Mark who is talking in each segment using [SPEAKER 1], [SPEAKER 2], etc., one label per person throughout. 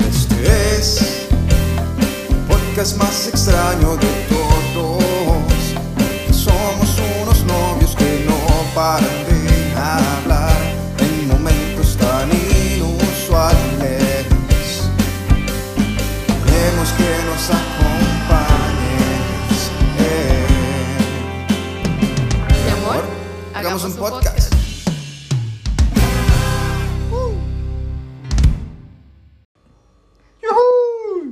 [SPEAKER 1] este es podcast más extraño de todos. Somos unos novios que no paran de hablar en momentos tan inusuales. Queremos que nos acompañes. eh.
[SPEAKER 2] Mi amor,
[SPEAKER 1] hagamos un podcast.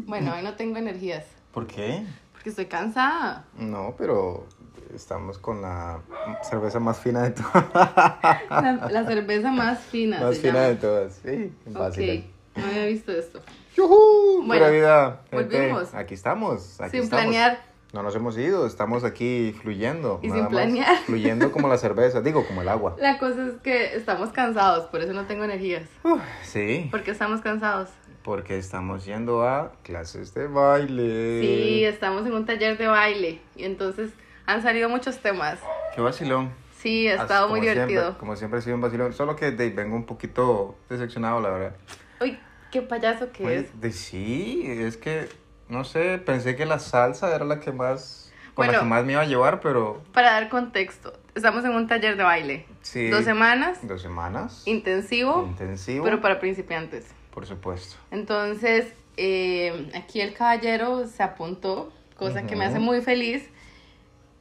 [SPEAKER 2] Bueno, hoy no tengo energías
[SPEAKER 1] ¿Por qué?
[SPEAKER 2] porque estoy cansada.
[SPEAKER 1] No, pero estamos con la cerveza más fina de todas.
[SPEAKER 2] La, la cerveza más fina.
[SPEAKER 1] más
[SPEAKER 2] se
[SPEAKER 1] fina
[SPEAKER 2] llama.
[SPEAKER 1] de todas. Sí, fácil. eh.
[SPEAKER 2] Ok, no había visto esto.
[SPEAKER 1] ¡Yujú!
[SPEAKER 2] Bueno,
[SPEAKER 1] Pura vida. gente.
[SPEAKER 2] volvimos.
[SPEAKER 1] Aquí estamos. Aquí
[SPEAKER 2] Sin
[SPEAKER 1] estamos.
[SPEAKER 2] planear.
[SPEAKER 1] No nos hemos ido, estamos aquí fluyendo.
[SPEAKER 2] Y
[SPEAKER 1] nada
[SPEAKER 2] sin
[SPEAKER 1] más.
[SPEAKER 2] planear.
[SPEAKER 1] Fluyendo como la cerveza, digo, como el agua.
[SPEAKER 2] La cosa es que estamos cansados, por eso no tengo energías.
[SPEAKER 1] Uh. Sí,
[SPEAKER 2] ¿Por qué estamos cansados?
[SPEAKER 1] porque estamos yendo a clases de baile.
[SPEAKER 2] Sí, estamos en un taller de baile y entonces han salido muchos temas.
[SPEAKER 1] Qué vacilón.
[SPEAKER 2] Sí, ha
[SPEAKER 1] As-
[SPEAKER 2] estado muy
[SPEAKER 1] como siempre,
[SPEAKER 2] divertido.
[SPEAKER 1] como siempre ha sido un vacilón, solo que de- vengo un poquito decepcionado, la verdad.
[SPEAKER 2] Uy, qué payaso que
[SPEAKER 1] Oye,
[SPEAKER 2] es.
[SPEAKER 1] Pues, de- sí, es que, no sé, pensé que la salsa era la que más, con la
[SPEAKER 2] Bueno.
[SPEAKER 1] que más me iba a llevar, pero
[SPEAKER 2] Para dar contexto, estamos en un taller de baile.
[SPEAKER 1] sí.
[SPEAKER 2] Dos semanas,
[SPEAKER 1] Dos semanas.
[SPEAKER 2] intensivo,
[SPEAKER 1] intensivo,
[SPEAKER 2] pero para principiantes.
[SPEAKER 1] por supuesto.
[SPEAKER 2] Entonces, eh, aquí el caballero se apuntó, cosa que me hace
[SPEAKER 1] Ujú.
[SPEAKER 2] muy feliz.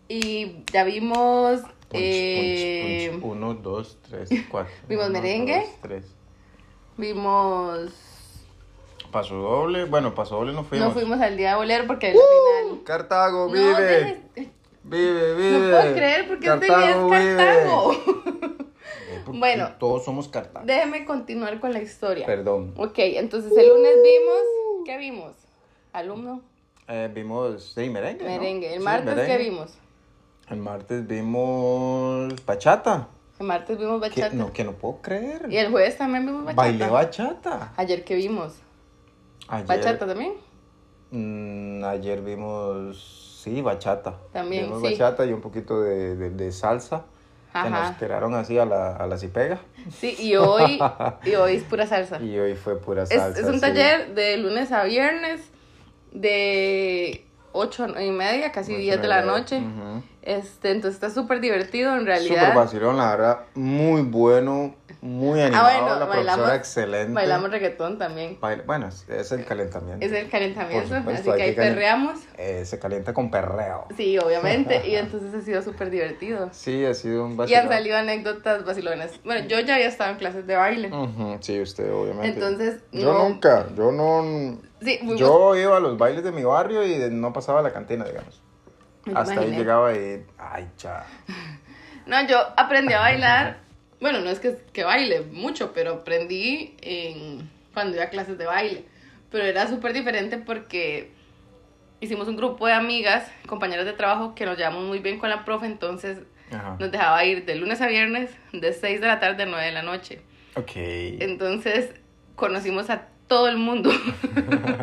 [SPEAKER 2] Y ya vimos...
[SPEAKER 1] Punch,
[SPEAKER 2] eh,
[SPEAKER 1] punch, punch. Uno, dos, tres, cuatro.
[SPEAKER 2] ¿Vimos
[SPEAKER 1] Uno,
[SPEAKER 2] merengue?
[SPEAKER 1] dos, tres.
[SPEAKER 2] Vimos...
[SPEAKER 1] Paso doble, bueno, paso doble no fuimos.
[SPEAKER 2] No fuimos al día de bolero porque al final...
[SPEAKER 1] Cartago,
[SPEAKER 2] No,
[SPEAKER 1] vive.
[SPEAKER 2] deje-
[SPEAKER 1] Vive, vive.
[SPEAKER 2] no puedo creer porque este día es
[SPEAKER 1] vive.
[SPEAKER 2] Cartago.
[SPEAKER 1] Eh, porque
[SPEAKER 2] Bueno.
[SPEAKER 1] Todos somos Cartago.
[SPEAKER 2] Déjeme continuar con la historia.
[SPEAKER 1] Perdón. ¡Uh!
[SPEAKER 2] Ok, entonces el lunes vimos... ¿Qué vimos? Alumno,
[SPEAKER 1] Eh, vimos, sí, merengue. ¿no?
[SPEAKER 2] merengue. El
[SPEAKER 1] Sí,
[SPEAKER 2] martes, ¿qué
[SPEAKER 1] merengue.
[SPEAKER 2] vimos?
[SPEAKER 1] El martes vimos bachata.
[SPEAKER 2] El martes vimos
[SPEAKER 1] Que,
[SPEAKER 2] bachata.
[SPEAKER 1] no, que no puedo creer.
[SPEAKER 2] Y el jueves también vimos bachata.
[SPEAKER 1] Bailé bachata.
[SPEAKER 2] Ayer que vimos.
[SPEAKER 1] Ayer,
[SPEAKER 2] Bachata también.
[SPEAKER 1] Mm, ayer vimos, sí, bachata.
[SPEAKER 2] También,
[SPEAKER 1] Vimos
[SPEAKER 2] sí.
[SPEAKER 1] bachata y un poquito de, de- de salsa. Que nos
[SPEAKER 2] Ajá.
[SPEAKER 1] tiraron así a la, a la cipega.
[SPEAKER 2] Sí, y hoy, y hoy es pura salsa.
[SPEAKER 1] Y hoy fue pura
[SPEAKER 2] Es,
[SPEAKER 1] salsa.
[SPEAKER 2] es un
[SPEAKER 1] sí.
[SPEAKER 2] taller de lunes a viernes, de 8 y media, casi
[SPEAKER 1] Ocho
[SPEAKER 2] 10 de la
[SPEAKER 1] y media.
[SPEAKER 2] noche.
[SPEAKER 1] Ujú.
[SPEAKER 2] este, entonces está súper divertido en realidad.
[SPEAKER 1] Súper vacilón, la verdad. Muy bueno, muy
[SPEAKER 2] ah,
[SPEAKER 1] animado.
[SPEAKER 2] bueno,
[SPEAKER 1] la
[SPEAKER 2] bailamos,
[SPEAKER 1] profesora excelente.
[SPEAKER 2] bailamos reggaetón también.
[SPEAKER 1] Baila- bueno, es, es el calentamiento.
[SPEAKER 2] Es el calentamiento,
[SPEAKER 1] Por
[SPEAKER 2] así
[SPEAKER 1] supuesto, hay
[SPEAKER 2] que ahí
[SPEAKER 1] que calen-
[SPEAKER 2] perreamos.
[SPEAKER 1] Eh, se calienta con perreo.
[SPEAKER 2] Sí, obviamente, y entonces ha sido súper divertido.
[SPEAKER 1] Sí, ha sido un
[SPEAKER 2] Y han
[SPEAKER 1] vacilón.
[SPEAKER 2] salido anécdotas vacilonas. Bueno, yo ya había estado en clases de baile.
[SPEAKER 1] Ujú, sí, usted, obviamente.
[SPEAKER 2] Entonces,
[SPEAKER 1] Yo
[SPEAKER 2] no-
[SPEAKER 1] nunca, yo no...
[SPEAKER 2] Sí, fuimos-
[SPEAKER 1] Yo iba a los bailes de mi barrio y no pasaba a la cantina, digamos.
[SPEAKER 2] Me
[SPEAKER 1] Hasta ahí
[SPEAKER 2] imaginé.
[SPEAKER 1] llegaba y... Ay, cha.
[SPEAKER 2] No, yo aprendí a bailar. Bueno, no es que, que baile mucho, pero aprendí en- cuando iba a clases de baile. Pero era súper diferente porque hicimos un grupo de amigas, compañeras de trabajo, que nos llevamos muy bien con la profe, entonces
[SPEAKER 1] Ajá.
[SPEAKER 2] nos dejaba ir de lunes a viernes, de 6 de la tarde a 9 de la noche.
[SPEAKER 1] Ok.
[SPEAKER 2] Entonces conocimos a todo el mundo.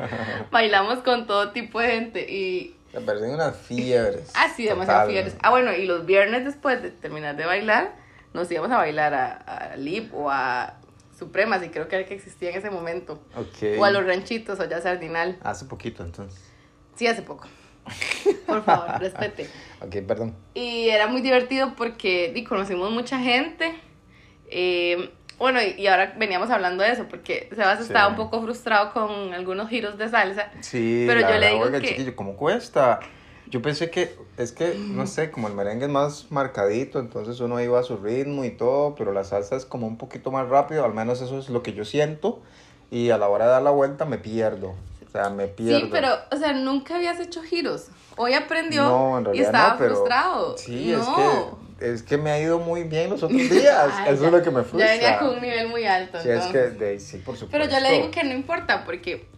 [SPEAKER 2] Bailamos con todo tipo de gente y
[SPEAKER 1] Me parecen unas fiebres.
[SPEAKER 2] Ah, sí, demasiado
[SPEAKER 1] Total.
[SPEAKER 2] fieles. Ah, bueno, y los viernes después de terminar de bailar, nos íbamos a bailar a, a Lip o a Supremas, y creo que era el que existía en ese momento.
[SPEAKER 1] Ok.
[SPEAKER 2] O a los ranchitos, o ya Sardinal.
[SPEAKER 1] Hace poquito, entonces.
[SPEAKER 2] Sí, hace poco. Por favor, respete.
[SPEAKER 1] Ok, perdón.
[SPEAKER 2] Y era muy divertido porque di, conocimos mucha gente. Eh, bueno, y, y ahora veníamos hablando de eso, porque Sebas
[SPEAKER 1] Sí.
[SPEAKER 2] estaba un poco frustrado con algunos giros de salsa.
[SPEAKER 1] Sí,
[SPEAKER 2] Pero
[SPEAKER 1] la
[SPEAKER 2] yo le
[SPEAKER 1] verdad,
[SPEAKER 2] digo
[SPEAKER 1] oiga,
[SPEAKER 2] que-
[SPEAKER 1] chiquillo, ¿cómo cuesta? Yo pensé que, es que, no sé, como el merengue es más marcadito, entonces uno iba a su ritmo y todo, pero la salsa es como un poquito más rápido, al menos eso es lo que yo siento, y a la hora de dar la vuelta me pierdo, o sea, me pierdo.
[SPEAKER 2] Sí, pero, o sea, nunca habías hecho giros. Hoy aprendió
[SPEAKER 1] No, en
[SPEAKER 2] y
[SPEAKER 1] realidad
[SPEAKER 2] estaba
[SPEAKER 1] no, pero-
[SPEAKER 2] frustrado.
[SPEAKER 1] Sí,
[SPEAKER 2] no.
[SPEAKER 1] es que... Es que me ha ido muy bien los otros días.
[SPEAKER 2] Ay,
[SPEAKER 1] Eso
[SPEAKER 2] ya-
[SPEAKER 1] es lo que me frustra.
[SPEAKER 2] Ya venía con un nivel muy alto.
[SPEAKER 1] Sí, es que,
[SPEAKER 2] entonces.
[SPEAKER 1] de- sí, por supuesto.
[SPEAKER 2] Pero yo le digo que no importa, porque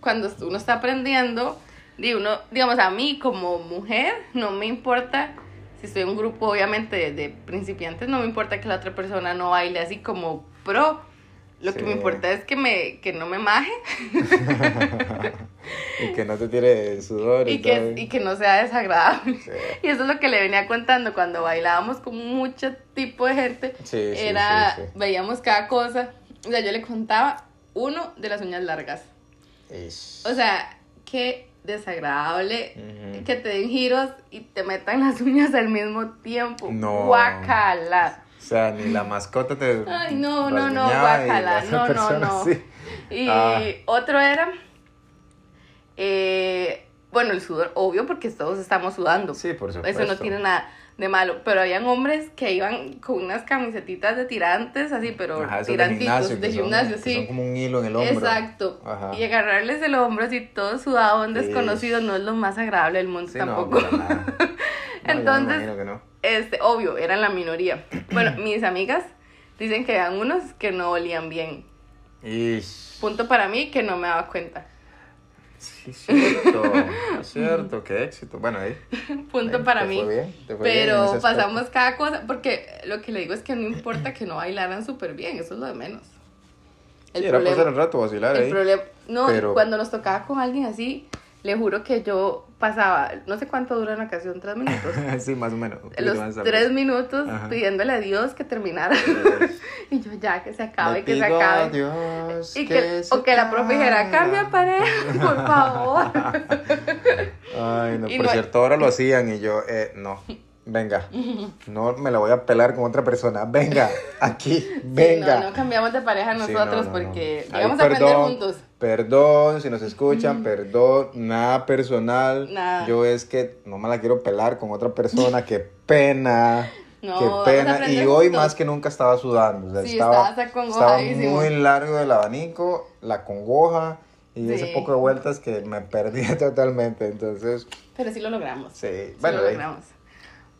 [SPEAKER 2] cuando uno está aprendiendo, di uno, digamos, a mí como mujer, no me importa. Si estoy en un grupo, obviamente, de, de principiantes, no me importa que la otra persona no baile así como pro. Lo que
[SPEAKER 1] Sí.
[SPEAKER 2] me importa es que, me, que no me maje
[SPEAKER 1] Y que no te tire sudor y,
[SPEAKER 2] y que,
[SPEAKER 1] todo.
[SPEAKER 2] y que no sea desagradable.
[SPEAKER 1] Sí.
[SPEAKER 2] Y eso es lo que le venía contando cuando bailábamos con mucho tipo de gente.
[SPEAKER 1] Sí, sí,
[SPEAKER 2] era,
[SPEAKER 1] sí, sí.
[SPEAKER 2] veíamos cada cosa. O sea, yo le contaba uno de las uñas largas.
[SPEAKER 1] Es-
[SPEAKER 2] O sea, qué desagradable
[SPEAKER 1] Ujú.
[SPEAKER 2] que te den giros y te metan las uñas al mismo tiempo.
[SPEAKER 1] No.
[SPEAKER 2] Guacala.
[SPEAKER 1] O sea, ni la mascota te.
[SPEAKER 2] Ay, no, no, no,
[SPEAKER 1] rasguñaba y
[SPEAKER 2] guácala,
[SPEAKER 1] la otra
[SPEAKER 2] no, no,
[SPEAKER 1] persona
[SPEAKER 2] no.
[SPEAKER 1] sí.
[SPEAKER 2] Y
[SPEAKER 1] Ah.
[SPEAKER 2] otro era, eh, bueno, el sudor, obvio, porque todos estamos sudando.
[SPEAKER 1] Sí, por
[SPEAKER 2] Eso no
[SPEAKER 1] supuesto.
[SPEAKER 2] tiene nada de malo. Pero habían hombres que iban con unas camisetitas de tirantes, así, pero
[SPEAKER 1] Ajá, esos de
[SPEAKER 2] tirantitos
[SPEAKER 1] gimnasio,
[SPEAKER 2] de
[SPEAKER 1] que son-
[SPEAKER 2] gimnasio,
[SPEAKER 1] que Son
[SPEAKER 2] sí.
[SPEAKER 1] como un hilo en el hombro.
[SPEAKER 2] Exacto.
[SPEAKER 1] Ajá.
[SPEAKER 2] Y agarrarles el hombro así todo sudado, un
[SPEAKER 1] Sí.
[SPEAKER 2] desconocido, no es lo más agradable del mundo
[SPEAKER 1] Sí,
[SPEAKER 2] tampoco.
[SPEAKER 1] No, para nada. No, yo me
[SPEAKER 2] Entonces-
[SPEAKER 1] imagino que no.
[SPEAKER 2] Este, obvio, eran la minoría. Bueno, mis amigas dicen que eran unos que no olían bien.
[SPEAKER 1] Ish.
[SPEAKER 2] Punto para mí que no me daba cuenta.
[SPEAKER 1] Sí, es cierto, es cierto, qué éxito. Bueno, ahí.
[SPEAKER 2] Punto
[SPEAKER 1] ahí,
[SPEAKER 2] para
[SPEAKER 1] te
[SPEAKER 2] mí.
[SPEAKER 1] Fue bien, te fue bien en
[SPEAKER 2] Pero
[SPEAKER 1] ese aspecto.
[SPEAKER 2] pasamos cada cosa, porque lo que le digo es que no importa que no bailaran súper bien, eso es lo de menos. El
[SPEAKER 1] Sí, era
[SPEAKER 2] problema,
[SPEAKER 1] pasar el rato, vacilar
[SPEAKER 2] el
[SPEAKER 1] ahí.
[SPEAKER 2] problema- no,
[SPEAKER 1] pero-
[SPEAKER 2] cuando nos tocaba con alguien así, le juro que yo pasaba, no sé cuánto dura una canción, tres minutos.
[SPEAKER 1] sí, más o menos. un poquito más
[SPEAKER 2] los
[SPEAKER 1] tarde.
[SPEAKER 2] tres minutos
[SPEAKER 1] Ajá.
[SPEAKER 2] pidiéndole a Dios que terminara. y yo ya, que se acabe,
[SPEAKER 1] Le
[SPEAKER 2] que se
[SPEAKER 1] pido a
[SPEAKER 2] acabe.
[SPEAKER 1] Dios
[SPEAKER 2] Y que,
[SPEAKER 1] se
[SPEAKER 2] o que la profe dijera,
[SPEAKER 1] acabe.
[SPEAKER 2] cambia pared, por favor.
[SPEAKER 1] Ay, no,
[SPEAKER 2] Y
[SPEAKER 1] por
[SPEAKER 2] no hay-
[SPEAKER 1] cierto, ahora lo hacían y yo, eh, no, venga, no me la voy a pelar con otra persona, venga, aquí, venga.
[SPEAKER 2] Sí, no, no cambiamos de pareja
[SPEAKER 1] Sí,
[SPEAKER 2] nosotros
[SPEAKER 1] no, no, no.
[SPEAKER 2] porque
[SPEAKER 1] Ay,
[SPEAKER 2] llegamos a aprender
[SPEAKER 1] perdón,
[SPEAKER 2] juntos.
[SPEAKER 1] Perdón si nos escuchan, perdón, nada personal.
[SPEAKER 2] Nada.
[SPEAKER 1] Yo es que no me la quiero pelar con otra persona, qué pena.
[SPEAKER 2] No, vamos a
[SPEAKER 1] qué pena. Y
[SPEAKER 2] aprender
[SPEAKER 1] hoy
[SPEAKER 2] juntos.
[SPEAKER 1] más que nunca estaba sudando. o sea,
[SPEAKER 2] Sí,
[SPEAKER 1] estaba,
[SPEAKER 2] estabas
[SPEAKER 1] estaba
[SPEAKER 2] acongojadísimo.
[SPEAKER 1] muy largo del abanico, la congoja y
[SPEAKER 2] Sí.
[SPEAKER 1] ese poco de vueltas que me perdí totalmente. Entonces,
[SPEAKER 2] Pero sí lo logramos.
[SPEAKER 1] sí,
[SPEAKER 2] Sí
[SPEAKER 1] bueno,
[SPEAKER 2] lo
[SPEAKER 1] ahí,
[SPEAKER 2] logramos.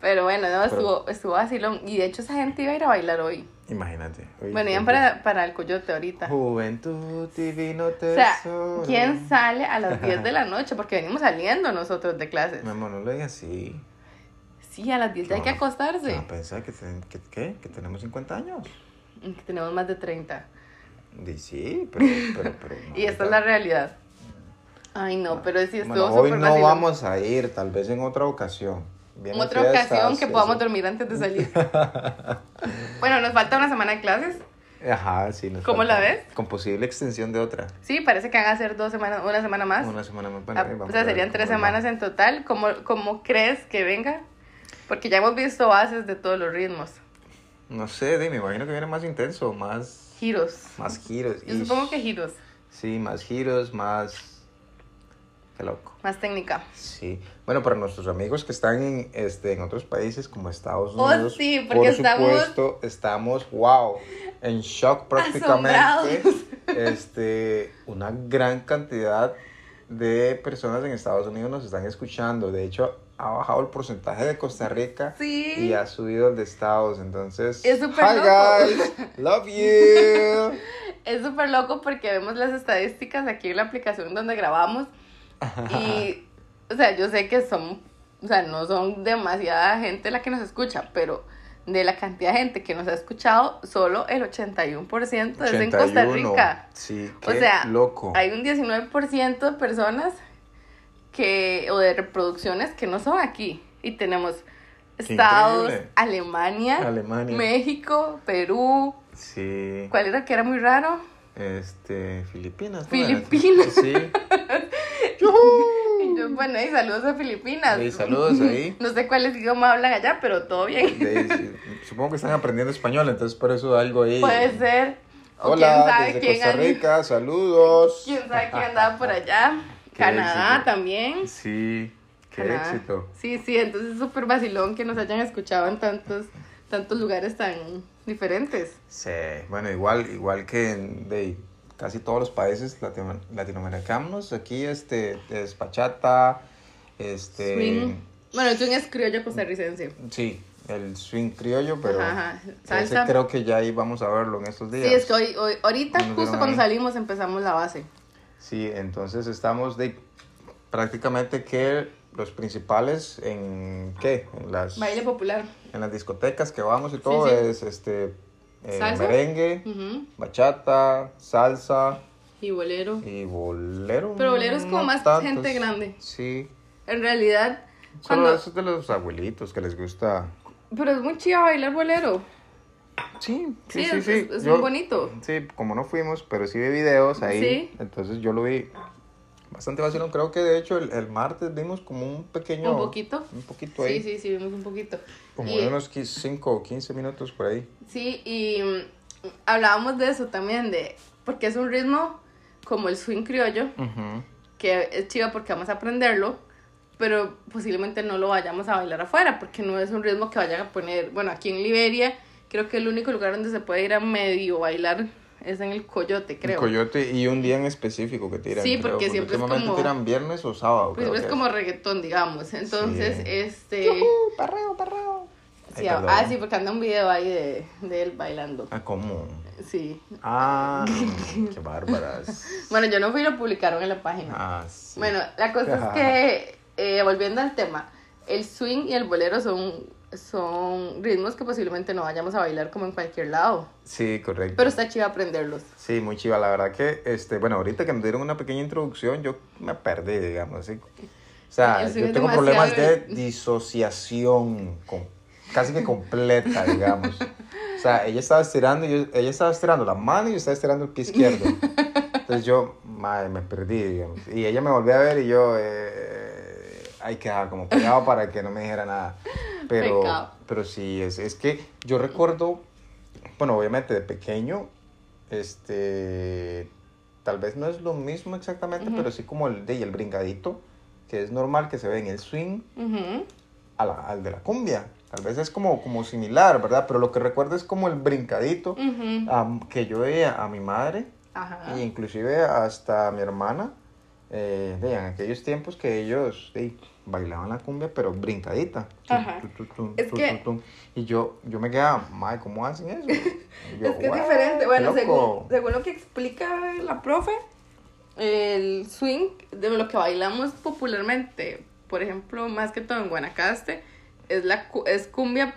[SPEAKER 2] Pero bueno, no,
[SPEAKER 1] Pero-
[SPEAKER 2] estuvo, estuvo vacilón. Y de hecho esa gente iba a ir a bailar hoy.
[SPEAKER 1] imagínate. Uy,
[SPEAKER 2] Bueno, iban
[SPEAKER 1] qué
[SPEAKER 2] para, para el coyote ahorita.
[SPEAKER 1] Juventud divino
[SPEAKER 2] O sea,
[SPEAKER 1] tesoro.
[SPEAKER 2] ¿quién sale a las 10 de la noche? Porque venimos saliendo nosotros de clases.
[SPEAKER 1] Mi amor, no lo digas así.
[SPEAKER 2] Sí, a las 10 hay que
[SPEAKER 1] No,
[SPEAKER 2] acostarse.
[SPEAKER 1] No, pensaba que, ten- que, ¿qué? que tenemos 50 años.
[SPEAKER 2] Que tenemos más de 30.
[SPEAKER 1] Di, sí, pero... pero, pero no,
[SPEAKER 2] Y esta
[SPEAKER 1] ahorita-
[SPEAKER 2] es la realidad. Ay, no, pero sí estuvo
[SPEAKER 1] Bueno, hoy
[SPEAKER 2] súper
[SPEAKER 1] no
[SPEAKER 2] vacilón.
[SPEAKER 1] vamos a ir, tal vez en otra ocasión. Vienen
[SPEAKER 2] otra
[SPEAKER 1] fiestas,
[SPEAKER 2] ocasión que
[SPEAKER 1] sí,
[SPEAKER 2] podamos
[SPEAKER 1] sí.
[SPEAKER 2] dormir antes de salir. bueno, nos falta una semana de clases.
[SPEAKER 1] Ajá, sí. nos
[SPEAKER 2] ¿Cómo
[SPEAKER 1] falta.
[SPEAKER 2] la ves?
[SPEAKER 1] Con posible extensión de otra.
[SPEAKER 2] Sí, parece que van a ser dos semanas, una semana más.
[SPEAKER 1] Una semana más.
[SPEAKER 2] Ah,
[SPEAKER 1] bueno, ahí
[SPEAKER 2] o
[SPEAKER 1] vamos a
[SPEAKER 2] sea,
[SPEAKER 1] ver
[SPEAKER 2] serían
[SPEAKER 1] cómo
[SPEAKER 2] tres
[SPEAKER 1] nos va.
[SPEAKER 2] semanas en total. ¿Cómo, ¿Cómo crees que venga? Porque ya hemos visto bases de todos los ritmos,
[SPEAKER 1] No sé, di, me imagino que viene más intenso, más,
[SPEAKER 2] giros.
[SPEAKER 1] más giros.
[SPEAKER 2] Yo
[SPEAKER 1] Ish.
[SPEAKER 2] supongo que giros,
[SPEAKER 1] Sí, más giros, más... Qué loco.
[SPEAKER 2] más técnica.
[SPEAKER 1] Sí, bueno, para nuestros amigos que están en, este, en otros países como Estados
[SPEAKER 2] Oh,
[SPEAKER 1] Unidos,
[SPEAKER 2] sí, porque
[SPEAKER 1] por
[SPEAKER 2] estamos-
[SPEAKER 1] supuesto, estamos, wow, en shock prácticamente.
[SPEAKER 2] Asombrados.
[SPEAKER 1] Este, una gran cantidad de personas en Estados Unidos nos están escuchando. De hecho, ha bajado el porcentaje de Costa Rica
[SPEAKER 2] Sí.
[SPEAKER 1] y ha subido el de Estados. Entonces,
[SPEAKER 2] Es súper
[SPEAKER 1] hi
[SPEAKER 2] loco.
[SPEAKER 1] guys, love you.
[SPEAKER 2] Es súper loco porque vemos las estadísticas aquí en la aplicación donde grabamos. Y, o sea, yo sé que son, o sea, no son demasiada gente la que nos escucha, pero de la cantidad de gente que nos ha escuchado, solo el 81% es Pues, en Costa
[SPEAKER 1] 81.
[SPEAKER 2] Rica.
[SPEAKER 1] Sí,
[SPEAKER 2] O
[SPEAKER 1] qué
[SPEAKER 2] sea,
[SPEAKER 1] loco.
[SPEAKER 2] Hay un 19% de personas que, o de reproducciones que no son aquí. Y tenemos
[SPEAKER 1] Qué
[SPEAKER 2] Estados,
[SPEAKER 1] increíble.
[SPEAKER 2] Alemania,
[SPEAKER 1] Alemania.
[SPEAKER 2] México, Perú.
[SPEAKER 1] Sí.
[SPEAKER 2] ¿Cuál era el que era muy raro?
[SPEAKER 1] Este, Filipinas. ¿no?
[SPEAKER 2] Filipinas.
[SPEAKER 1] Sí.
[SPEAKER 2] Y yo, bueno, y saludos a Filipinas.
[SPEAKER 1] Y saludos ahí.
[SPEAKER 2] No sé cuáles idioma hablan allá, pero todo bien.
[SPEAKER 1] De ahí, sí. Supongo que están aprendiendo español, entonces por eso algo ahí.
[SPEAKER 2] Puede ser. Pues, O quién
[SPEAKER 1] Hola,
[SPEAKER 2] sabe
[SPEAKER 1] desde
[SPEAKER 2] quién,
[SPEAKER 1] Costa
[SPEAKER 2] an-
[SPEAKER 1] Rica, saludos.
[SPEAKER 2] quién sabe quién andaba por allá. Canadá
[SPEAKER 1] éxito.
[SPEAKER 2] también.
[SPEAKER 1] Sí, qué
[SPEAKER 2] Canadá.
[SPEAKER 1] éxito.
[SPEAKER 2] Sí, sí, entonces es súper vacilón que nos hayan escuchado en tantos, tantos lugares tan diferentes.
[SPEAKER 1] Sí, bueno, igual, igual que en de casi todos los países latino- latinoamericanos, aquí este es pachata, este
[SPEAKER 2] Swing. Bueno, tú es criollo costarricense.
[SPEAKER 1] sí, el swing criollo, pero
[SPEAKER 2] Ajá, ajá.
[SPEAKER 1] ese
[SPEAKER 2] Salsa.
[SPEAKER 1] creo que ya ahí vamos a verlo en estos
[SPEAKER 2] Sí,
[SPEAKER 1] días.
[SPEAKER 2] es que hoy, hoy- ahorita,
[SPEAKER 1] Nos dieron
[SPEAKER 2] justo cuando
[SPEAKER 1] ahí.
[SPEAKER 2] salimos, empezamos la base.
[SPEAKER 1] Sí, entonces estamos de prácticamente que los principales en qué, en las
[SPEAKER 2] Baile popular.
[SPEAKER 1] en las discotecas que vamos y todo
[SPEAKER 2] sí.
[SPEAKER 1] es este eh,
[SPEAKER 2] ¿Salsa? Mm.
[SPEAKER 1] merengue,
[SPEAKER 2] Ujú.
[SPEAKER 1] bachata, salsa
[SPEAKER 2] Y bolero.
[SPEAKER 1] y bolero.
[SPEAKER 2] Pero bolero es como más gente grande.
[SPEAKER 1] Sí.
[SPEAKER 2] En realidad,
[SPEAKER 1] Solo
[SPEAKER 2] cuando...
[SPEAKER 1] eso es de los abuelitos que les gusta.
[SPEAKER 2] Pero es muy chido bailar bolero.
[SPEAKER 1] Sí,
[SPEAKER 2] Sí,
[SPEAKER 1] sí, sí,
[SPEAKER 2] es,
[SPEAKER 1] sí.
[SPEAKER 2] es- es
[SPEAKER 1] Yo-
[SPEAKER 2] muy bonito.
[SPEAKER 1] Sí, como no fuimos, pero sí vi videos ahí.
[SPEAKER 2] Sí.
[SPEAKER 1] Entonces yo lo vi bastante vacilón. Creo que de hecho el, el martes vimos como un pequeño.
[SPEAKER 2] Un poquito.
[SPEAKER 1] Un poquito ahí.
[SPEAKER 2] Sí, sí, sí, vimos un poquito.
[SPEAKER 1] Como
[SPEAKER 2] Y-
[SPEAKER 1] de unos 5 o 15 minutos por ahí.
[SPEAKER 2] Sí, y mm, hablábamos de eso también, de porque es un ritmo como el swing criollo,
[SPEAKER 1] Ujú.
[SPEAKER 2] que es chido porque vamos a aprenderlo, pero posiblemente no lo vayamos a bailar afuera, porque no es un ritmo que vayan a poner, bueno, aquí en Liberia creo que el único lugar donde se puede ir a medio bailar es en el Coyote, creo.
[SPEAKER 1] Un coyote y un día en específico que tiran.
[SPEAKER 2] Sí,
[SPEAKER 1] creo,
[SPEAKER 2] porque siempre es
[SPEAKER 1] últimamente
[SPEAKER 2] como-
[SPEAKER 1] tiran viernes o sábado.
[SPEAKER 2] Pues
[SPEAKER 1] creo
[SPEAKER 2] es
[SPEAKER 1] que
[SPEAKER 2] como reggaetón, digamos. Entonces,
[SPEAKER 1] Sí.
[SPEAKER 2] este...
[SPEAKER 1] Yujú, Parreo, parreo.
[SPEAKER 2] sí,
[SPEAKER 1] Ay,
[SPEAKER 2] ah,
[SPEAKER 1] perdón.
[SPEAKER 2] ah, sí, porque anda un video ahí de, de él bailando.
[SPEAKER 1] Ah, ¿cómo?
[SPEAKER 2] Sí.
[SPEAKER 1] Ah, qué bárbaras.
[SPEAKER 2] Bueno, yo no fui, lo publicaron en la página.
[SPEAKER 1] Ah, sí.
[SPEAKER 2] Bueno, la cosa es que, eh, volviendo al tema, el swing y el bolero son, son ritmos que posiblemente no vayamos a bailar como en cualquier lado,
[SPEAKER 1] Sí, correcto.
[SPEAKER 2] pero está chido aprenderlos.
[SPEAKER 1] Sí, muy chiva. La verdad que, este, bueno, ahorita que me dieron una pequeña introducción, yo me perdí, digamos. así. O sea,
[SPEAKER 2] Eso
[SPEAKER 1] yo
[SPEAKER 2] es
[SPEAKER 1] tengo
[SPEAKER 2] demasiado-
[SPEAKER 1] problemas de disociación, con- casi que completa, digamos. O sea, ella estaba estirando, y yo- ella estaba estirando la mano y yo estaba estirando el pie izquierdo. Entonces yo, madre, me perdí, digamos. Y ella me volvió a ver y yo, eh, ahí quedaba como pegado para que no me dijera nada. Pero,
[SPEAKER 2] Pecado.
[SPEAKER 1] pero sí, es, es que yo recuerdo, bueno, obviamente de pequeño, este, tal vez no es lo mismo exactamente,
[SPEAKER 2] Ujú.
[SPEAKER 1] pero sí como el de y el bringadito, que es normal que se ve en el swing
[SPEAKER 2] Ujú.
[SPEAKER 1] a la- al de la cumbia. Tal vez es como, como similar, ¿verdad? Pero lo que recuerdo es como el brincadito
[SPEAKER 2] Ujú.
[SPEAKER 1] am, que yo veía a mi madre
[SPEAKER 2] Ajá.
[SPEAKER 1] y inclusive hasta a mi hermana. eh, de en aquellos tiempos que ellos sí, bailaban la cumbia, pero brincadita. Tum,
[SPEAKER 2] Ajá.
[SPEAKER 1] tum, tum, tum,
[SPEAKER 2] Es
[SPEAKER 1] tum,
[SPEAKER 2] que-
[SPEAKER 1] tum, tum. Y yo, yo me quedaba, madre, ¿cómo hacen eso? Y yo,
[SPEAKER 2] Es que es
[SPEAKER 1] "Guau,
[SPEAKER 2] diferente,
[SPEAKER 1] qué
[SPEAKER 2] bueno,
[SPEAKER 1] loco".
[SPEAKER 2] según, según lo que explica la profe, el swing de lo que bailamos popularmente, por ejemplo, más que todo en Guanacaste, es, la, cu- es cumbia,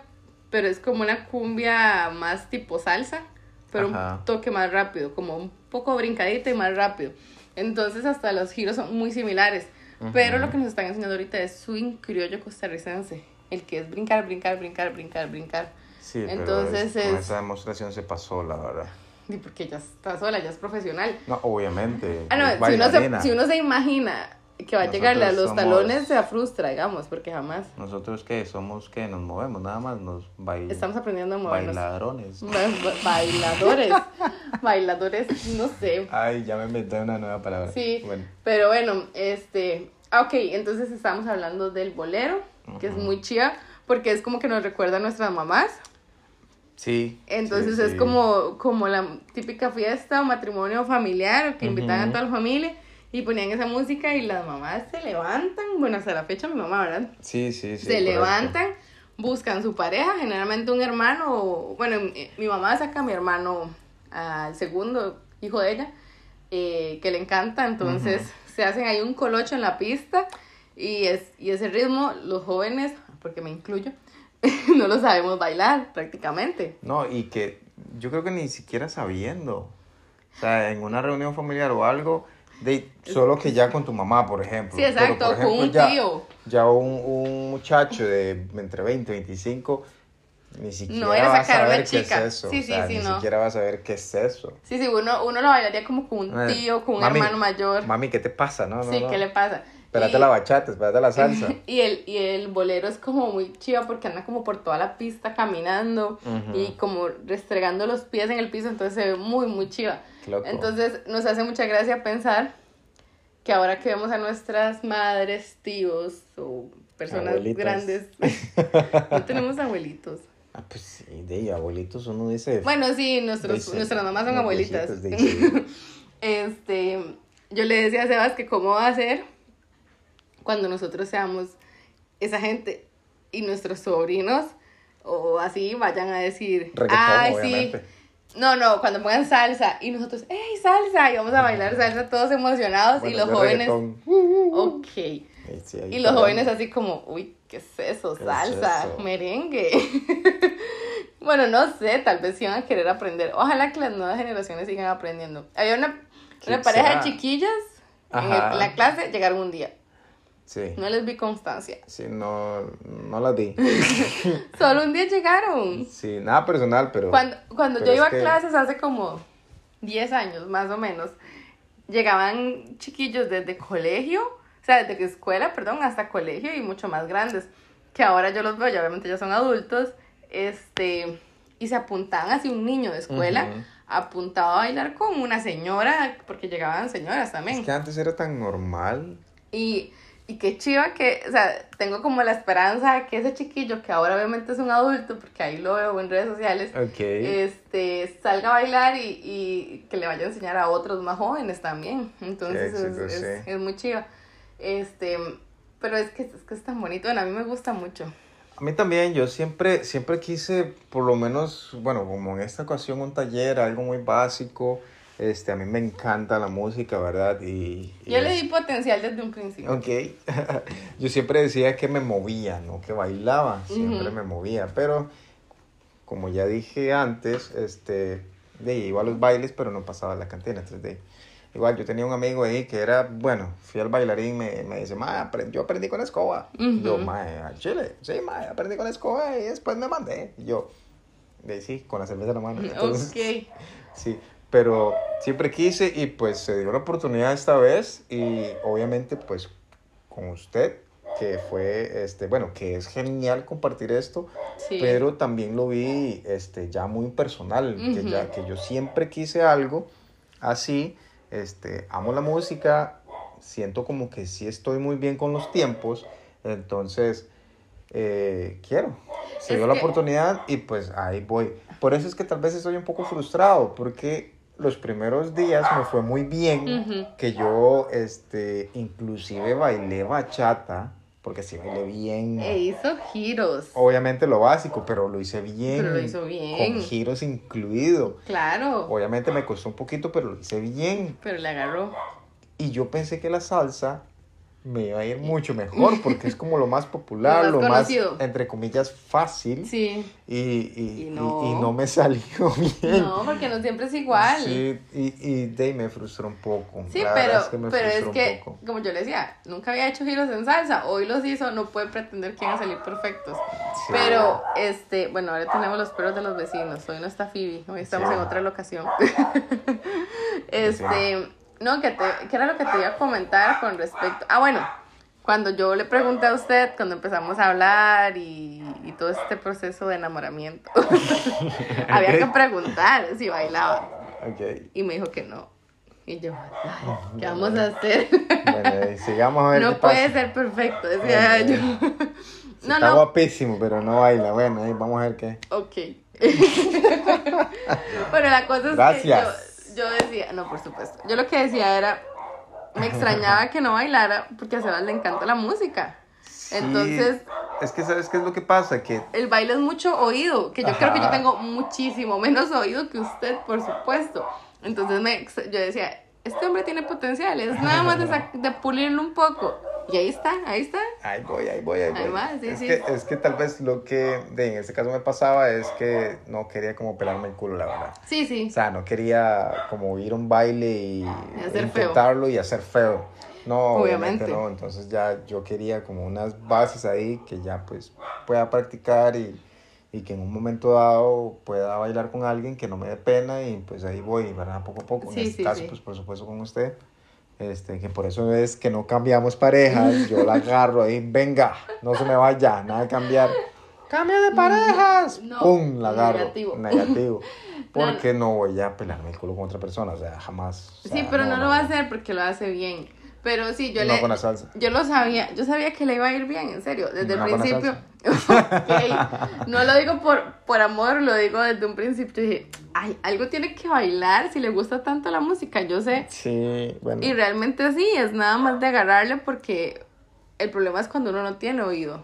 [SPEAKER 2] pero es como una cumbia más tipo salsa, pero
[SPEAKER 1] Ajá.
[SPEAKER 2] un toque más rápido, como un poco brincadita y más rápido. Entonces hasta los giros son muy similares, pero
[SPEAKER 1] Ujú.
[SPEAKER 2] lo que nos están enseñando ahorita es swing criollo costarricense, el que es brincar, brincar, brincar, brincar, brincar.
[SPEAKER 1] Sí, pero
[SPEAKER 2] Entonces
[SPEAKER 1] es- con
[SPEAKER 2] es-
[SPEAKER 1] esa demostración se pasó, la verdad.
[SPEAKER 2] Y porque ya está sola, ya es profesional.
[SPEAKER 1] No, obviamente.
[SPEAKER 2] Ah, no,
[SPEAKER 1] es
[SPEAKER 2] si uno, se,
[SPEAKER 1] bailarina.
[SPEAKER 2] si uno se imagina que va a
[SPEAKER 1] Nosotros
[SPEAKER 2] llegarle a los
[SPEAKER 1] somos-
[SPEAKER 2] talones, se frustra, digamos, porque jamás
[SPEAKER 1] Nosotros que somos que nos movemos, nada más nos bailamos.
[SPEAKER 2] estamos Mm. aprendiendo a movernos.
[SPEAKER 1] Bailadrones.
[SPEAKER 2] Ba- ba- Bailadores. Bailadores, no sé.
[SPEAKER 1] Ay, ya me inventé una nueva palabra.
[SPEAKER 2] Sí.
[SPEAKER 1] Ah, Bueno.
[SPEAKER 2] Pero bueno, este. ah, Ok, entonces estamos hablando del bolero, que es
[SPEAKER 1] Ujú.
[SPEAKER 2] muy chida, porque es como que nos recuerda a nuestras mamás.
[SPEAKER 1] Sí.
[SPEAKER 2] Entonces
[SPEAKER 1] sí,
[SPEAKER 2] es
[SPEAKER 1] sí.
[SPEAKER 2] como, como la típica fiesta o matrimonio familiar que invitaban a
[SPEAKER 1] Ujú.
[SPEAKER 2] toda la familia y ponían esa música y las mamás se levantan, bueno, hasta la fecha mi mamá, ¿verdad?
[SPEAKER 1] Sí, sí, sí.
[SPEAKER 2] se
[SPEAKER 1] correcto.
[SPEAKER 2] levantan, buscan su pareja, generalmente un hermano, o- bueno, mi, mi mamá saca a mi hermano al segundo hijo de ella, eh, que le encanta, entonces se hacen ahí un colocho en la pista y, es, y ese ritmo los jóvenes, porque me incluyo, no lo sabemos bailar prácticamente.
[SPEAKER 1] No, y que yo creo que ni siquiera sabiendo. O sea, en una reunión familiar o algo, de, solo que ya con tu mamá, por ejemplo.
[SPEAKER 2] Sí,
[SPEAKER 1] Pero, por
[SPEAKER 2] exacto, con
[SPEAKER 1] ejemplo,
[SPEAKER 2] un
[SPEAKER 1] ya-
[SPEAKER 2] tío.
[SPEAKER 1] Ya un, un muchacho de entre 20 y 25 ni siquiera
[SPEAKER 2] era
[SPEAKER 1] va a
[SPEAKER 2] sacar a una
[SPEAKER 1] saber qué es
[SPEAKER 2] chica.
[SPEAKER 1] eso.
[SPEAKER 2] Sí,
[SPEAKER 1] o sea,
[SPEAKER 2] sí, sí,
[SPEAKER 1] ni
[SPEAKER 2] no.
[SPEAKER 1] siquiera va a saber qué es eso.
[SPEAKER 2] Sí, sí, uno, uno lo bailaría como con un tío, con un
[SPEAKER 1] Eh, Mami,
[SPEAKER 2] hermano mayor.
[SPEAKER 1] Mami, ¿qué te pasa? No, no,
[SPEAKER 2] sí,
[SPEAKER 1] no.
[SPEAKER 2] ¿qué le pasa?
[SPEAKER 1] Espérate
[SPEAKER 2] Y-
[SPEAKER 1] la bachata, espérate la salsa.
[SPEAKER 2] Y el, y el bolero es como muy chido porque anda como por toda la pista caminando
[SPEAKER 1] Ujú.
[SPEAKER 2] y como restregando los pies en el piso, entonces se ve muy, muy chiva.
[SPEAKER 1] Qué loco.
[SPEAKER 2] Entonces nos hace mucha gracia pensar que ahora que vemos a nuestras madres, tíos o personas
[SPEAKER 1] Abuelitas.
[SPEAKER 2] grandes, no tenemos abuelitos.
[SPEAKER 1] Ah, pues sí, de ahí, abuelitos uno dice.
[SPEAKER 2] Bueno, sí, nuestros,
[SPEAKER 1] dice,
[SPEAKER 2] nuestras mamás son
[SPEAKER 1] los
[SPEAKER 2] abuelitas.
[SPEAKER 1] viejitos dicen,
[SPEAKER 2] Este, yo le decía a Sebas que cómo va a ser cuando nosotros seamos esa gente y nuestros sobrinos o así vayan a decir,
[SPEAKER 1] Reggaetón,
[SPEAKER 2] ay,
[SPEAKER 1] obviamente.
[SPEAKER 2] sí. No, no, cuando pongan salsa y nosotros, hey, salsa, y vamos a bailar salsa todos emocionados y
[SPEAKER 1] Bueno,
[SPEAKER 2] Ah, los
[SPEAKER 1] yo
[SPEAKER 2] jóvenes,
[SPEAKER 1] reggaetón.
[SPEAKER 2] ok.
[SPEAKER 1] Ahí sí, ahí
[SPEAKER 2] Y los
[SPEAKER 1] parando.
[SPEAKER 2] jóvenes así como, uy, ¿qué es eso?
[SPEAKER 1] ¿Qué es
[SPEAKER 2] Salsa,
[SPEAKER 1] eso?
[SPEAKER 2] merengue. bueno, no sé, tal vez iban a querer aprender. Ojalá que las nuevas generaciones sigan aprendiendo. Había una,
[SPEAKER 1] ¿Quién
[SPEAKER 2] una pareja
[SPEAKER 1] será?
[SPEAKER 2] de chiquillas en,
[SPEAKER 1] Ajá.
[SPEAKER 2] el- la clase, llegaron un día.
[SPEAKER 1] Sí.
[SPEAKER 2] No les vi constancia.
[SPEAKER 1] Sí, no, no la di.
[SPEAKER 2] Solo un día llegaron.
[SPEAKER 1] Sí, nada personal, pero.
[SPEAKER 2] Cuando, cuando yo
[SPEAKER 1] pero es
[SPEAKER 2] iba a
[SPEAKER 1] que-
[SPEAKER 2] clases hace como 10 años, más o menos, llegaban chiquillos desde colegio, o sea, desde que escuela, perdón, hasta colegio y mucho más grandes, que ahora yo los veo, ya obviamente ya son adultos, este, y se apuntaban así un niño de escuela,
[SPEAKER 1] Ujú.
[SPEAKER 2] apuntado a bailar con una señora, porque llegaban señoras también.
[SPEAKER 1] Es que antes era tan normal.
[SPEAKER 2] Y, y qué chiva que, o sea, tengo como la esperanza de que ese chiquillo, que ahora obviamente es un adulto, porque ahí lo veo en redes sociales,
[SPEAKER 1] Ok.
[SPEAKER 2] este, salga a bailar y, y que le vaya a enseñar a otros más jóvenes también. Entonces
[SPEAKER 1] Qué éxito,
[SPEAKER 2] es, es-
[SPEAKER 1] sí.
[SPEAKER 2] es muy chiva. Este, pero es que, es que es tan bonito, bueno, a mí me gusta mucho.
[SPEAKER 1] A mí también, yo siempre, siempre quise, por lo menos, bueno, como en esta ocasión, un taller, algo muy básico. Este, a mí me encanta la música, ¿verdad? Y, y
[SPEAKER 2] Yo le
[SPEAKER 1] es-
[SPEAKER 2] di potencial desde un principio.
[SPEAKER 1] Ok. Yo siempre decía que me movía, no que bailaba. Siempre
[SPEAKER 2] Ujú.
[SPEAKER 1] me movía. Pero, como ya dije antes, este, de ahí iba a los bailes, pero no pasaba a la cantina. Entonces, de ahí, igual yo tenía un amigo ahí que era, bueno, fui al bailarín, me, me dice, ma, apre- yo aprendí con la escoba.
[SPEAKER 2] Ujú.
[SPEAKER 1] Yo, ma, al chile. Sí, ma, aprendí con la escoba y después me mandé. Y yo, de ahí, sí, con la cerveza en la mano. Entonces,
[SPEAKER 2] Ok.
[SPEAKER 1] Sí, pero siempre quise y pues se dio la oportunidad esta vez y obviamente pues con usted que fue este bueno que es genial compartir esto
[SPEAKER 2] Sí.
[SPEAKER 1] pero también lo vi este ya muy personal que ya
[SPEAKER 2] Ujú.
[SPEAKER 1] que yo siempre quise algo así este amo la música siento como que sí estoy muy bien con los tiempos entonces eh, quiero. Se
[SPEAKER 2] Es
[SPEAKER 1] dio la
[SPEAKER 2] que-
[SPEAKER 1] oportunidad y pues ahí voy. Por eso es que tal vez estoy un poco frustrado porque los primeros días me fue muy bien,
[SPEAKER 2] Ujú.
[SPEAKER 1] que yo este inclusive bailé bachata, porque sí bailé bien.
[SPEAKER 2] E hizo giros.
[SPEAKER 1] Obviamente lo básico, pero lo hice bien.
[SPEAKER 2] Pero lo hizo bien.
[SPEAKER 1] Con giros incluido.
[SPEAKER 2] Claro.
[SPEAKER 1] Obviamente me costó un poquito, pero lo hice bien.
[SPEAKER 2] Pero le agarró.
[SPEAKER 1] Y yo pensé que la salsa me iba a ir mucho mejor porque es como lo más popular,
[SPEAKER 2] Lo
[SPEAKER 1] lo
[SPEAKER 2] más
[SPEAKER 1] más,
[SPEAKER 2] conocido.
[SPEAKER 1] entre comillas, fácil.
[SPEAKER 2] Sí.
[SPEAKER 1] Y, y-
[SPEAKER 2] Y
[SPEAKER 1] y-
[SPEAKER 2] no.
[SPEAKER 1] y no me salió bien.
[SPEAKER 2] No, porque no siempre es igual.
[SPEAKER 1] Sí, y, y de ahí me frustró un poco.
[SPEAKER 2] Sí,
[SPEAKER 1] La
[SPEAKER 2] pero
[SPEAKER 1] verdad
[SPEAKER 2] es que,
[SPEAKER 1] me
[SPEAKER 2] pero es
[SPEAKER 1] frustró un
[SPEAKER 2] que
[SPEAKER 1] poco.
[SPEAKER 2] como yo le decía, nunca había hecho giros en salsa, hoy los hizo, no pueden pretender que van a salir perfectos.
[SPEAKER 1] Sí.
[SPEAKER 2] Pero, este, bueno, ahora tenemos los perros de los vecinos, hoy no está Phoebe, hoy estamos
[SPEAKER 1] Sí.
[SPEAKER 2] en otra locación. este, no, que, te, que era lo que te iba a comentar con respecto, ah, bueno, cuando yo le pregunté a usted, cuando empezamos a hablar y, y todo este proceso de enamoramiento, había que preguntar si bailaba.
[SPEAKER 1] Ok.
[SPEAKER 2] Y me dijo que no. Y yo, ay, ¿qué vamos a hacer?
[SPEAKER 1] Bueno, y sigamos a ver qué
[SPEAKER 2] No
[SPEAKER 1] pasa.
[SPEAKER 2] puede ser perfecto, decía
[SPEAKER 1] Ok.
[SPEAKER 2] yo.
[SPEAKER 1] Sí,
[SPEAKER 2] No,
[SPEAKER 1] Está
[SPEAKER 2] no,
[SPEAKER 1] guapísimo, pero no baila. Bueno, ahí vamos a ver qué.
[SPEAKER 2] ok. Pero la cosa es
[SPEAKER 1] Gracias.
[SPEAKER 2] que yo, yo decía, no, por supuesto. Yo lo que decía era, me extrañaba que no bailara porque a Sebas le encanta la música.
[SPEAKER 1] Sí,
[SPEAKER 2] Entonces,
[SPEAKER 1] Es que, ¿sabes qué es lo que pasa? Que
[SPEAKER 2] el baile es mucho oído, que yo creo que yo
[SPEAKER 1] Ajá.
[SPEAKER 2] tengo muchísimo menos oído que usted, por supuesto. Entonces me, ex- yo decía, este hombre tiene potencial, es nada más de, sac- de pulirlo un poco. Y ahí está, ahí está.
[SPEAKER 1] Ahí voy, ahí voy, ahí voy.
[SPEAKER 2] Ahí va, sí,
[SPEAKER 1] es,
[SPEAKER 2] sí.
[SPEAKER 1] Que, es que tal vez lo que de- en este caso me pasaba es que no quería como pelarme el culo, la verdad.
[SPEAKER 2] Sí,
[SPEAKER 1] O
[SPEAKER 2] sí.
[SPEAKER 1] sea, no quería como ir a un baile y
[SPEAKER 2] Y hacer feo.
[SPEAKER 1] intentarlo y hacer feo. No, obviamente.
[SPEAKER 2] Obviamente.
[SPEAKER 1] no. Entonces ya yo quería como unas bases ahí que ya pues pueda practicar y, y que en un momento dado pueda bailar con alguien que no me dé pena y pues ahí voy, ¿verdad? Poco a poco.
[SPEAKER 2] Sí,
[SPEAKER 1] en este
[SPEAKER 2] sí,
[SPEAKER 1] caso,
[SPEAKER 2] sí.
[SPEAKER 1] pues por supuesto con usted. Este, que por eso es que no cambiamos parejas, yo la agarro ahí, venga, no se me vaya, nada de cambiar. ¡Cambia de parejas!
[SPEAKER 2] no,
[SPEAKER 1] ¡Pum! La agarro.
[SPEAKER 2] negativo.
[SPEAKER 1] Negativo. Porque no voy a pelarme el culo con otra persona, o sea, jamás. o sea,
[SPEAKER 2] Sí, pero no lo va a hacer porque lo hace bien. Pero sí, yo
[SPEAKER 1] no
[SPEAKER 2] le...
[SPEAKER 1] con la salsa.
[SPEAKER 2] Yo lo sabía, yo sabía que le iba a ir bien, en serio, desde
[SPEAKER 1] No
[SPEAKER 2] el
[SPEAKER 1] con la
[SPEAKER 2] principio. Ok, No lo digo por, por amor, lo digo desde un principio. Dije, ay, algo tiene que bailar si le gusta tanto la música, yo sé.
[SPEAKER 1] Sí, bueno.
[SPEAKER 2] Y realmente sí, es nada más de agarrarle porque el problema es cuando uno no tiene oído.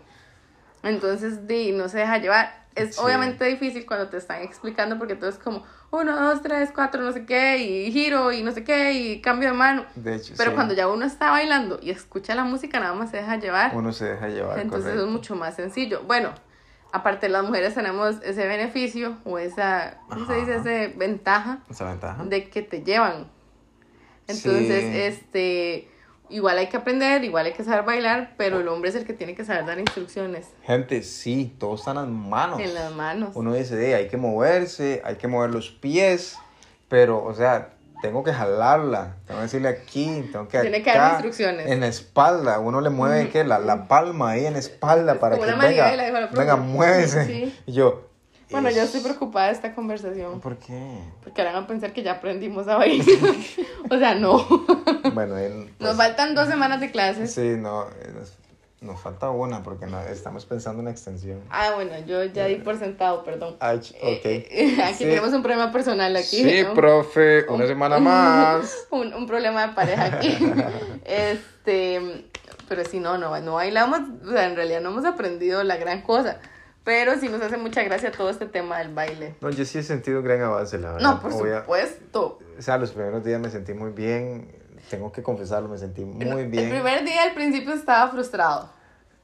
[SPEAKER 2] Entonces, di, no se deja llevar. Es
[SPEAKER 1] Sí.
[SPEAKER 2] obviamente difícil cuando te están explicando porque todo es como uno, dos, tres, cuatro, no sé qué, y giro, y no sé qué, y cambio de mano.
[SPEAKER 1] De hecho,
[SPEAKER 2] Pero
[SPEAKER 1] sí,
[SPEAKER 2] cuando ya uno está bailando y escucha la música, nada más se deja llevar.
[SPEAKER 1] uno se deja llevar.
[SPEAKER 2] Entonces
[SPEAKER 1] correcto.
[SPEAKER 2] es mucho más sencillo. Bueno, aparte las mujeres tenemos ese beneficio o esa, ¿cómo se dice?
[SPEAKER 1] Ajá.
[SPEAKER 2] Esa ventaja
[SPEAKER 1] Esa ventaja.
[SPEAKER 2] de que te llevan. Entonces,
[SPEAKER 1] Sí.
[SPEAKER 2] este, igual hay que aprender, igual hay que saber bailar, pero el hombre es el que tiene que saber dar instrucciones
[SPEAKER 1] Gente, sí, todos están las manos.
[SPEAKER 2] en las manos.
[SPEAKER 1] Uno dice, "Eh, hay que moverse, hay que mover los pies, pero, o sea, tengo que jalarla, tengo que decirle aquí, tengo que
[SPEAKER 2] Tiene que
[SPEAKER 1] acá,
[SPEAKER 2] dar instrucciones.
[SPEAKER 1] En la espalda, uno le mueve ¿qué? La, la palma ahí en la espalda para
[SPEAKER 2] como
[SPEAKER 1] que
[SPEAKER 2] una
[SPEAKER 1] venga,
[SPEAKER 2] manivela, dijo la profe.
[SPEAKER 1] venga, muévese.
[SPEAKER 2] Sí.
[SPEAKER 1] Y yo,
[SPEAKER 2] Bueno, yo
[SPEAKER 1] "Ish".
[SPEAKER 2] estoy preocupada de esta conversación.
[SPEAKER 1] ¿Por qué?
[SPEAKER 2] Porque ahora van a pensar que ya aprendimos a bailar. o sea, no.
[SPEAKER 1] Bueno, él,
[SPEAKER 2] Nos
[SPEAKER 1] pues,
[SPEAKER 2] faltan dos semanas de clases.
[SPEAKER 1] Sí, no, eh, nos, nos falta una porque no- estamos pensando en extensión.
[SPEAKER 2] Ah, bueno, yo ya di por sentado, perdón.
[SPEAKER 1] Ah, ch- ok.
[SPEAKER 2] Eh, eh, aquí
[SPEAKER 1] Sí.
[SPEAKER 2] tenemos un problema personal aquí.
[SPEAKER 1] sí,
[SPEAKER 2] ¿no?
[SPEAKER 1] profe, una semana más.
[SPEAKER 2] un, un problema de pareja aquí. este, pero si no, no, no bailamos, o sea, en realidad no hemos aprendido la gran cosa. Pero sí nos hace mucha gracia todo este tema del baile.
[SPEAKER 1] No, yo sí he sentido un gran avance, la verdad.
[SPEAKER 2] No, por
[SPEAKER 1] Voy a-
[SPEAKER 2] supuesto.
[SPEAKER 1] O sea, los primeros días me sentí muy bien. Tengo que confesarlo, me sentí muy
[SPEAKER 2] El
[SPEAKER 1] bien.
[SPEAKER 2] primer día al principio estaba frustrado.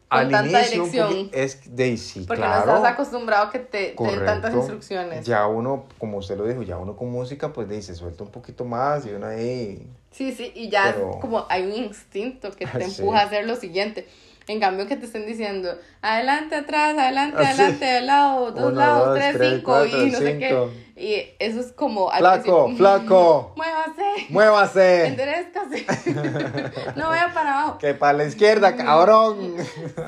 [SPEAKER 2] Con
[SPEAKER 1] Al
[SPEAKER 2] tanta
[SPEAKER 1] inicio, un
[SPEAKER 2] dirección.
[SPEAKER 1] poqui- es Daisy,
[SPEAKER 2] Porque
[SPEAKER 1] claro.
[SPEAKER 2] no estás acostumbrado a que te den
[SPEAKER 1] correcto.
[SPEAKER 2] tantas instrucciones.
[SPEAKER 1] Ya uno, como usted lo dijo, ya uno con música, pues dice, suelta un poquito más y uno ahí.
[SPEAKER 2] Sí, sí, y ya
[SPEAKER 1] Pero- Ah,
[SPEAKER 2] como hay un instinto que te
[SPEAKER 1] Sí.
[SPEAKER 2] empuja a hacer lo siguiente. En cambio que te estén diciendo, adelante, atrás, adelante,
[SPEAKER 1] Ah, sí.
[SPEAKER 2] adelante, de lado, dos
[SPEAKER 1] Uno,
[SPEAKER 2] lados,
[SPEAKER 1] dos,
[SPEAKER 2] tres,
[SPEAKER 1] tres,
[SPEAKER 2] cinco,
[SPEAKER 1] cuatro,
[SPEAKER 2] y no sé
[SPEAKER 1] cinco.
[SPEAKER 2] qué. Y eso es como... al
[SPEAKER 1] Flaco,
[SPEAKER 2] principio,
[SPEAKER 1] flaco,
[SPEAKER 2] Muévase,
[SPEAKER 1] muévase.
[SPEAKER 2] enderezcase, no vaya para abajo.
[SPEAKER 1] Que para la izquierda, cabrón.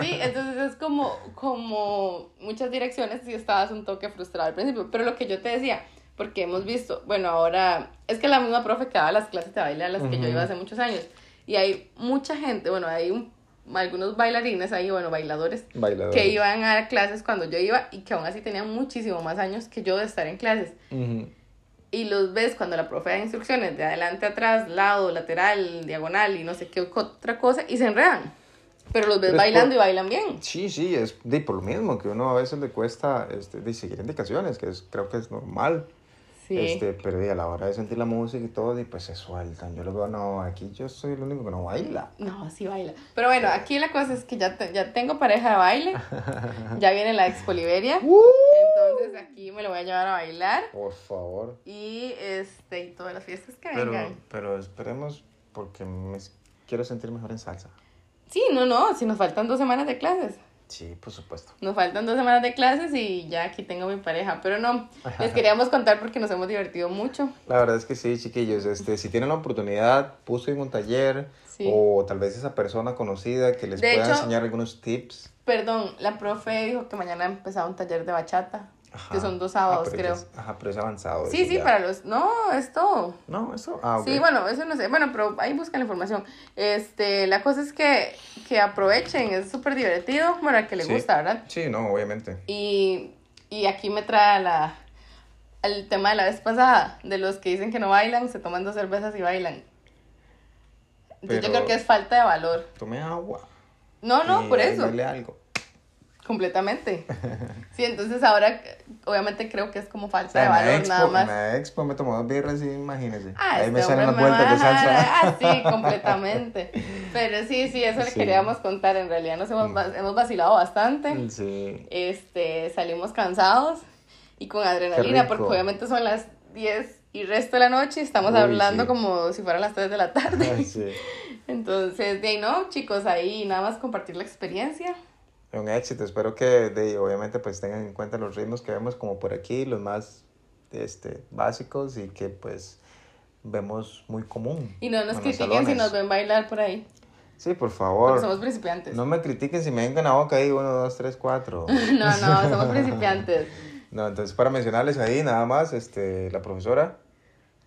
[SPEAKER 2] Sí, entonces es como, como muchas direcciones y estabas un toque frustrado al principio. Pero lo que yo te decía, porque hemos visto, bueno, ahora es que la misma profe que daba las clases de baile a las que yo
[SPEAKER 1] Ujú.
[SPEAKER 2] iba hace muchos años. Y hay mucha gente, bueno, hay un- algunos bailarines ahí, bueno, bailadores,
[SPEAKER 1] Bailador.
[SPEAKER 2] que iban a clases cuando yo iba y que aún así tenían muchísimo más años que yo de estar en clases.
[SPEAKER 1] Ujú.
[SPEAKER 2] Y los ves cuando la profe da instrucciones de adelante, atrás, lado, lateral, diagonal y no sé qué otra cosa y se enredan. Pero los ves
[SPEAKER 1] Pero es Pues por-
[SPEAKER 2] bailando y bailan bien.
[SPEAKER 1] Sí, sí, es de por lo mismo, que uno a veces le cuesta este, de seguir indicaciones, que es, creo que es normal.
[SPEAKER 2] Sí.
[SPEAKER 1] Este, pero y a la hora de sentir la música y todo, y pues se sueltan. Yo lo veo, no, aquí yo soy el único que no baila.
[SPEAKER 2] No, sí baila. Pero bueno, aquí la cosa es que ya, te- ya tengo pareja de baile. Ya viene la ex Poliveria.
[SPEAKER 1] ¡Uh!
[SPEAKER 2] Entonces aquí me lo voy a llevar a bailar.
[SPEAKER 1] Por favor.
[SPEAKER 2] Y este, y todas las fiestas que
[SPEAKER 1] Pero,
[SPEAKER 2] vengan.
[SPEAKER 1] pero esperemos, porque me s- quiero sentir mejor en salsa.
[SPEAKER 2] Sí, no, no, si nos faltan dos semanas de clases.
[SPEAKER 1] Sí, por supuesto.
[SPEAKER 2] Nos faltan dos semanas de clases y ya aquí tengo mi pareja. Pero no, les queríamos contar porque nos hemos divertido mucho.
[SPEAKER 1] La verdad es que sí, chiquillos. Este, si tienen la oportunidad, busquen un taller
[SPEAKER 2] Sí.
[SPEAKER 1] o tal vez esa persona conocida que les
[SPEAKER 2] De
[SPEAKER 1] pueda
[SPEAKER 2] hecho-
[SPEAKER 1] enseñar algunos tips.
[SPEAKER 2] Perdón, la profe dijo que mañana empezaba un taller de bachata.
[SPEAKER 1] Ajá.
[SPEAKER 2] Que son dos
[SPEAKER 1] Ah,
[SPEAKER 2] sábados,
[SPEAKER 1] pero
[SPEAKER 2] creo.
[SPEAKER 1] es- ajá, pero es avanzado.
[SPEAKER 2] Sí,
[SPEAKER 1] eso
[SPEAKER 2] sí,
[SPEAKER 1] ya.
[SPEAKER 2] para los... No, es todo.
[SPEAKER 1] No, eso. Ah, ok.
[SPEAKER 2] Sí, bueno, eso no sé. Bueno, pero ahí buscan la información. Este, la cosa es que, que aprovechen, es súper divertido. Bueno, al que le
[SPEAKER 1] Sí.
[SPEAKER 2] gusta, ¿verdad?
[SPEAKER 1] Sí, no, obviamente.
[SPEAKER 2] Y, y aquí me trae a la, al tema de la vez pasada, de los que dicen que no bailan, se toman dos cervezas y bailan. Entonces, Yo
[SPEAKER 1] Pero-
[SPEAKER 2] creo que es falta de valor.
[SPEAKER 1] Tome agua.
[SPEAKER 2] No, no,
[SPEAKER 1] y
[SPEAKER 2] por eso.
[SPEAKER 1] dale algo.
[SPEAKER 2] Completamente. Sí, entonces ahora, obviamente creo que es como
[SPEAKER 1] O
[SPEAKER 2] falta
[SPEAKER 1] sea,
[SPEAKER 2] de
[SPEAKER 1] en la
[SPEAKER 2] valor
[SPEAKER 1] expo,
[SPEAKER 2] nada
[SPEAKER 1] en
[SPEAKER 2] más.
[SPEAKER 1] la expo me tomó dos birras y imagínese.
[SPEAKER 2] Ah,
[SPEAKER 1] Ahí me
[SPEAKER 2] este
[SPEAKER 1] salen las
[SPEAKER 2] hombre me
[SPEAKER 1] vueltas de
[SPEAKER 2] va a dejar.
[SPEAKER 1] salsa.
[SPEAKER 2] Ah, sí, completamente. Pero sí, sí, eso le
[SPEAKER 1] Sí.
[SPEAKER 2] queríamos contar. En realidad nos hemos, va- hemos vacilado
[SPEAKER 1] Mm.
[SPEAKER 2] bastante.
[SPEAKER 1] Sí.
[SPEAKER 2] Este, salimos cansados y con adrenalina,
[SPEAKER 1] rico.
[SPEAKER 2] porque obviamente son las 10 y resto de la noche. y Estamos
[SPEAKER 1] Uy,
[SPEAKER 2] hablando
[SPEAKER 1] sí.
[SPEAKER 2] como si fueran las 3 de la
[SPEAKER 1] Ay,
[SPEAKER 2] tarde.
[SPEAKER 1] Ah, sí.
[SPEAKER 2] Entonces, de ahí no, chicos, ahí nada más compartir la experiencia.
[SPEAKER 1] Un éxito. Espero que, de, obviamente, pues tengan en cuenta los ritmos que vemos como por aquí, los más este, básicos y que, pues, vemos muy común.
[SPEAKER 2] Y no nos
[SPEAKER 1] en los
[SPEAKER 2] critiquen si
[SPEAKER 1] salones.
[SPEAKER 2] nos ven bailar por ahí,
[SPEAKER 1] Sí, por
[SPEAKER 2] porque
[SPEAKER 1] favor.
[SPEAKER 2] somos principiantes.
[SPEAKER 1] No me critiquen si me vengan la boca ahí, uno, dos, tres, cuatro.
[SPEAKER 2] No, no, somos principiantes.
[SPEAKER 1] No, entonces para mencionarles ahí nada más, este, la profesora,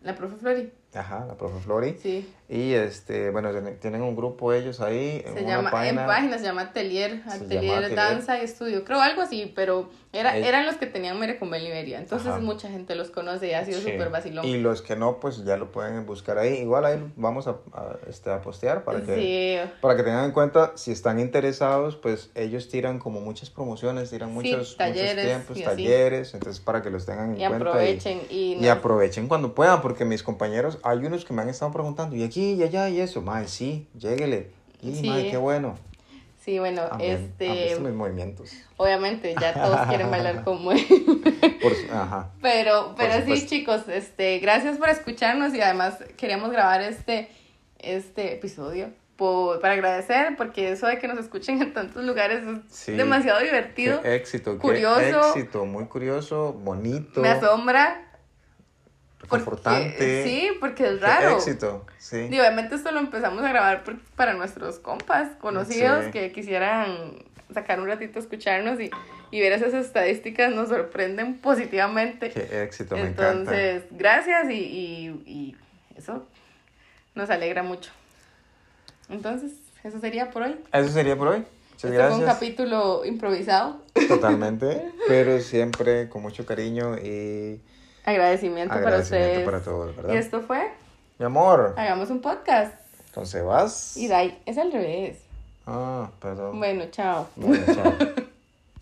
[SPEAKER 2] La profe Flori,
[SPEAKER 1] ajá, la profe Flori,
[SPEAKER 2] sí.
[SPEAKER 1] y este, bueno, tienen- tienen un grupo ellos ahí, en
[SPEAKER 2] Se
[SPEAKER 1] una
[SPEAKER 2] llama,
[SPEAKER 1] página,
[SPEAKER 2] en página se llama Atelier,
[SPEAKER 1] llama
[SPEAKER 2] Atelier
[SPEAKER 1] Atelier.
[SPEAKER 2] Danza y Estudio, creo algo así, pero era,
[SPEAKER 1] Ey.
[SPEAKER 2] eran los que tenían Merecombe en Liberia, entonces
[SPEAKER 1] Ajá.
[SPEAKER 2] mucha gente los conoce y ha sido
[SPEAKER 1] Sí.
[SPEAKER 2] súper vacilón.
[SPEAKER 1] Y los que no, pues ya lo pueden buscar ahí, igual ahí vamos a, a, este, a postear para que...
[SPEAKER 2] Sí,
[SPEAKER 1] Para que tengan en cuenta, si están interesados, pues ellos tiran como muchas promociones, tiran
[SPEAKER 2] Sí,
[SPEAKER 1] muchos,
[SPEAKER 2] talleres
[SPEAKER 1] muchos tiempos,
[SPEAKER 2] y así.
[SPEAKER 1] talleres, entonces para que los tengan en
[SPEAKER 2] y
[SPEAKER 1] cuenta. y-
[SPEAKER 2] aprovechen y,
[SPEAKER 1] Y
[SPEAKER 2] no-
[SPEAKER 1] aprovechen cuando puedan, porque mis compañeros, hay unos que me han estado preguntando, y aquí, y allá, y eso, mae, sí, lléguele. Y
[SPEAKER 2] Sí.
[SPEAKER 1] mae, qué bueno.
[SPEAKER 2] sí, bueno,
[SPEAKER 1] Han, han
[SPEAKER 2] este,
[SPEAKER 1] visto mis movimientos.
[SPEAKER 2] obviamente ya todos quieren bailar como él,
[SPEAKER 1] Por su- ajá.
[SPEAKER 2] pero, pero sí,
[SPEAKER 1] supuesto.
[SPEAKER 2] chicos, este, gracias por escucharnos y además queríamos grabar este, este episodio. por- para agradecer, porque eso de que nos escuchen en tantos lugares es
[SPEAKER 1] Sí.
[SPEAKER 2] demasiado divertido.
[SPEAKER 1] Qué éxito,
[SPEAKER 2] curioso.
[SPEAKER 1] qué éxito, muy curioso, bonito.
[SPEAKER 2] Me asombra.
[SPEAKER 1] reconfortante.
[SPEAKER 2] sí, porque es
[SPEAKER 1] Qué
[SPEAKER 2] raro.
[SPEAKER 1] éxito, sí.
[SPEAKER 2] Y obviamente esto lo empezamos a grabar por- para nuestros compas conocidos
[SPEAKER 1] Sí.
[SPEAKER 2] que quisieran sacar un ratito a escucharnos y, y ver esas estadísticas nos sorprenden positivamente.
[SPEAKER 1] Qué éxito, me encanta.
[SPEAKER 2] Entonces, gracias y, y- y eso nos alegra mucho. Entonces, eso sería por hoy.
[SPEAKER 1] Eso sería por hoy. Muchas
[SPEAKER 2] Este fue un
[SPEAKER 1] gracias.
[SPEAKER 2] capítulo improvisado.
[SPEAKER 1] Totalmente, pero siempre con mucho cariño y
[SPEAKER 2] Agradecimiento,
[SPEAKER 1] agradecimiento para
[SPEAKER 2] para ustedes.
[SPEAKER 1] todos,
[SPEAKER 2] y
[SPEAKER 1] ¿verdad?
[SPEAKER 2] esto fue
[SPEAKER 1] Mi amor,
[SPEAKER 2] Hagamos un podcast.
[SPEAKER 1] con Sebas.
[SPEAKER 2] Y Dai, es al revés.
[SPEAKER 1] Ah, perdón.
[SPEAKER 2] Bueno, chao.
[SPEAKER 1] Bueno, chao.